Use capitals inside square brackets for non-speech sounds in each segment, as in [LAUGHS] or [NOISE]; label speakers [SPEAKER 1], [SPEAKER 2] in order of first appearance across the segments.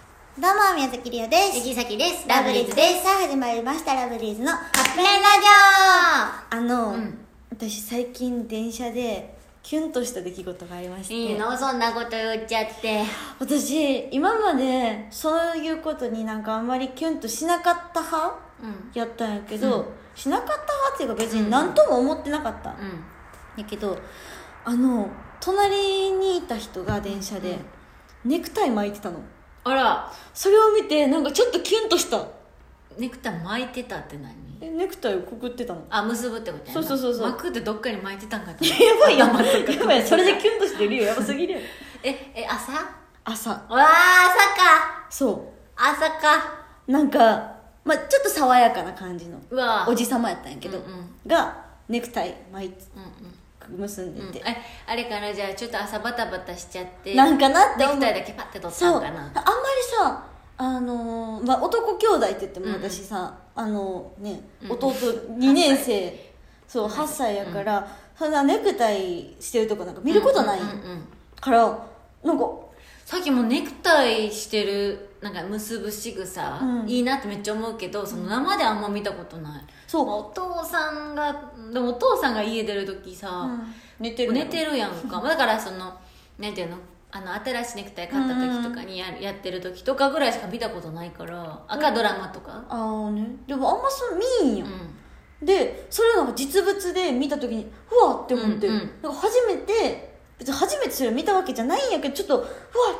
[SPEAKER 1] どうも、宮崎りおです。
[SPEAKER 2] 杉崎です
[SPEAKER 1] ラ
[SPEAKER 2] ラ
[SPEAKER 1] ブ
[SPEAKER 2] ブ
[SPEAKER 1] リー
[SPEAKER 2] リ
[SPEAKER 1] ズ
[SPEAKER 2] ーズ
[SPEAKER 1] で。
[SPEAKER 2] です
[SPEAKER 1] さあ、始まりました、ラブリーズの。あ
[SPEAKER 2] カップ麺ラ
[SPEAKER 1] の、
[SPEAKER 2] うん
[SPEAKER 1] 私、最近、電車で、キュンとした出来事がありまし
[SPEAKER 2] ジ
[SPEAKER 1] て。
[SPEAKER 2] オいいのそんなこと言っちゃって
[SPEAKER 1] 私、今まで、そういうことになんかあんまりキュンとしなかった派
[SPEAKER 2] うん
[SPEAKER 1] やったんやけど、
[SPEAKER 2] うん
[SPEAKER 1] しなかった派っていうか別
[SPEAKER 2] う
[SPEAKER 1] に
[SPEAKER 2] ん
[SPEAKER 1] 何とも思ってなかった。
[SPEAKER 2] うん
[SPEAKER 1] やけど、あの、隣にいた人が電車で、ネクタイ巻いてたの。
[SPEAKER 2] あら
[SPEAKER 1] それを見て、なんかちょっとキュンとした。
[SPEAKER 2] ネクタイ巻いてたって何
[SPEAKER 1] えネクタイをくくってたの
[SPEAKER 2] あ結ぶってことやな
[SPEAKER 1] そうそうそうそう
[SPEAKER 2] 巻くってどっかに巻いてたんかと
[SPEAKER 1] やばいやん
[SPEAKER 2] 頭とか
[SPEAKER 1] やばいそれでキュンとしてるよやばすぎるよ
[SPEAKER 2] ええ朝わ
[SPEAKER 1] 朝
[SPEAKER 2] あ朝か
[SPEAKER 1] そ
[SPEAKER 2] 朝か
[SPEAKER 1] うなんか、まあ、ちょっと爽やかな感じの
[SPEAKER 2] うわ
[SPEAKER 1] おじさまやったんやけど、
[SPEAKER 2] うんうん
[SPEAKER 1] がネクタイ巻いて
[SPEAKER 2] うんうん
[SPEAKER 1] 結んで
[SPEAKER 2] うん
[SPEAKER 1] て、
[SPEAKER 2] えあれかなじゃあちょっと朝バタバタしちゃって
[SPEAKER 1] なんかなって
[SPEAKER 2] ネ
[SPEAKER 1] 思う
[SPEAKER 2] クタイだけパッて取っ
[SPEAKER 1] そう
[SPEAKER 2] た
[SPEAKER 1] あ
[SPEAKER 2] ん
[SPEAKER 1] ん
[SPEAKER 2] か
[SPEAKER 1] ま
[SPEAKER 2] な
[SPEAKER 1] りさあのーまあ、男兄弟って言っても
[SPEAKER 2] うんうん
[SPEAKER 1] 私さ、あのね
[SPEAKER 2] うんうん
[SPEAKER 1] 弟2年生、そう8歳やから、そんなネクタイしてるとこなんか見ることない
[SPEAKER 2] うんうんうん
[SPEAKER 1] からなんか
[SPEAKER 2] さっきもネクタイしてるなんか結ぶ仕草、
[SPEAKER 1] うん
[SPEAKER 2] いいなってめっちゃ思うけどその生であんま見たことない、
[SPEAKER 1] そう
[SPEAKER 2] お父さんがでもお父さんが家出る時さ、
[SPEAKER 1] うん寝てる
[SPEAKER 2] 寝てるやん
[SPEAKER 1] [LAUGHS]
[SPEAKER 2] かだからそのなんていうのあの新しいネクタイ買った時とかにや,、やってる時とかぐらいしか見たことないから赤ドラマとか
[SPEAKER 1] ああねでもあんまそれ見いんや、
[SPEAKER 2] うんん
[SPEAKER 1] でそれをなんか実物で見た時にうわって思って、
[SPEAKER 2] うんうん
[SPEAKER 1] なんか初めて別に初めてそれを見たわけじゃないんやけどちょっとうわ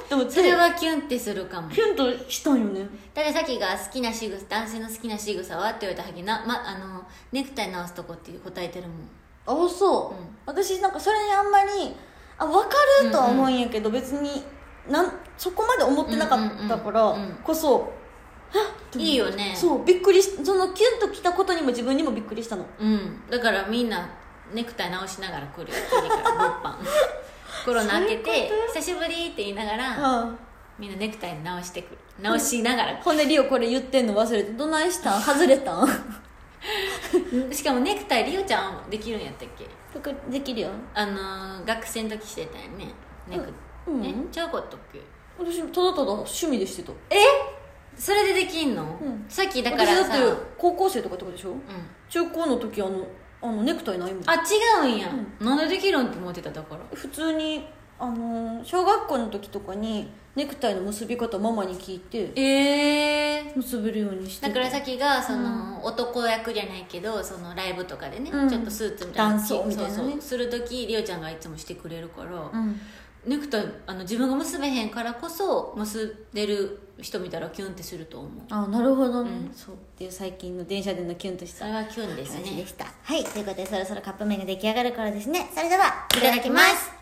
[SPEAKER 1] って思って
[SPEAKER 2] それはキュンってするかも
[SPEAKER 1] キュンとしたんよね
[SPEAKER 2] だってさっきが好きな仕草男性の好きな仕草はって言われたはぎな、ま、あのネクタイ直すとこって答えてるもん
[SPEAKER 1] あそう、
[SPEAKER 2] うん
[SPEAKER 1] 私なんかそれにあんまりあ分かるとは思うんやけど、別になんそこまで思ってなかったから
[SPEAKER 2] うんうんうんうん
[SPEAKER 1] こそ、はっ
[SPEAKER 2] いいよね
[SPEAKER 1] そうびっくりしそのキュンときたことにも自分にもびっくりしたの
[SPEAKER 2] うんだからみんなネクタイ直しながら来るよ次から
[SPEAKER 1] [LAUGHS]
[SPEAKER 2] 物販コロナ開けて「久しぶり」って言いながら
[SPEAKER 1] うん
[SPEAKER 2] みんなネクタイ直してくる直しながら、
[SPEAKER 1] ほんでリオこれ言ってんの忘れてどないしたん外れたん
[SPEAKER 2] しかもネクタイリオちゃんできるんやったっけ
[SPEAKER 1] できるよ
[SPEAKER 2] あのー学生の時してたよねネク
[SPEAKER 1] うんうん
[SPEAKER 2] ねちゃうかったっけ
[SPEAKER 1] 私ただただ趣味でしてた
[SPEAKER 2] えそれでできんの、
[SPEAKER 1] うん
[SPEAKER 2] さっきだから
[SPEAKER 1] 私
[SPEAKER 2] さ、
[SPEAKER 1] だ
[SPEAKER 2] う
[SPEAKER 1] って
[SPEAKER 2] ん、
[SPEAKER 1] 高校生とかってことでしょ中高の時あのあのネクタイないもん
[SPEAKER 2] あ違うんや、なんでできるんって思ってただから
[SPEAKER 1] 普通にあのー小学校の時とかにネクタイの結び方ママに聞いて
[SPEAKER 2] ええー、
[SPEAKER 1] 結べるようにして
[SPEAKER 2] だからさっきがその、男役じゃないけどそのライブとかでね、
[SPEAKER 1] うん
[SPEAKER 2] ちょっとスーツみたいな
[SPEAKER 1] 男装みたいなね
[SPEAKER 2] そうそうする時りおちゃんがいつもしてくれるから、
[SPEAKER 1] うん
[SPEAKER 2] ネクタイあの自分が結べへんからこそ結んでる人見たらキュンってすると思う
[SPEAKER 1] あなるほどね、
[SPEAKER 2] うん
[SPEAKER 1] そうっていう最近の電車でのキュンとし
[SPEAKER 2] そ
[SPEAKER 1] た
[SPEAKER 2] れはキュンです
[SPEAKER 1] 話で
[SPEAKER 2] ね
[SPEAKER 1] したはいということでそろそろカップ麺が出来上がる頃ですねそれではい
[SPEAKER 2] ただきます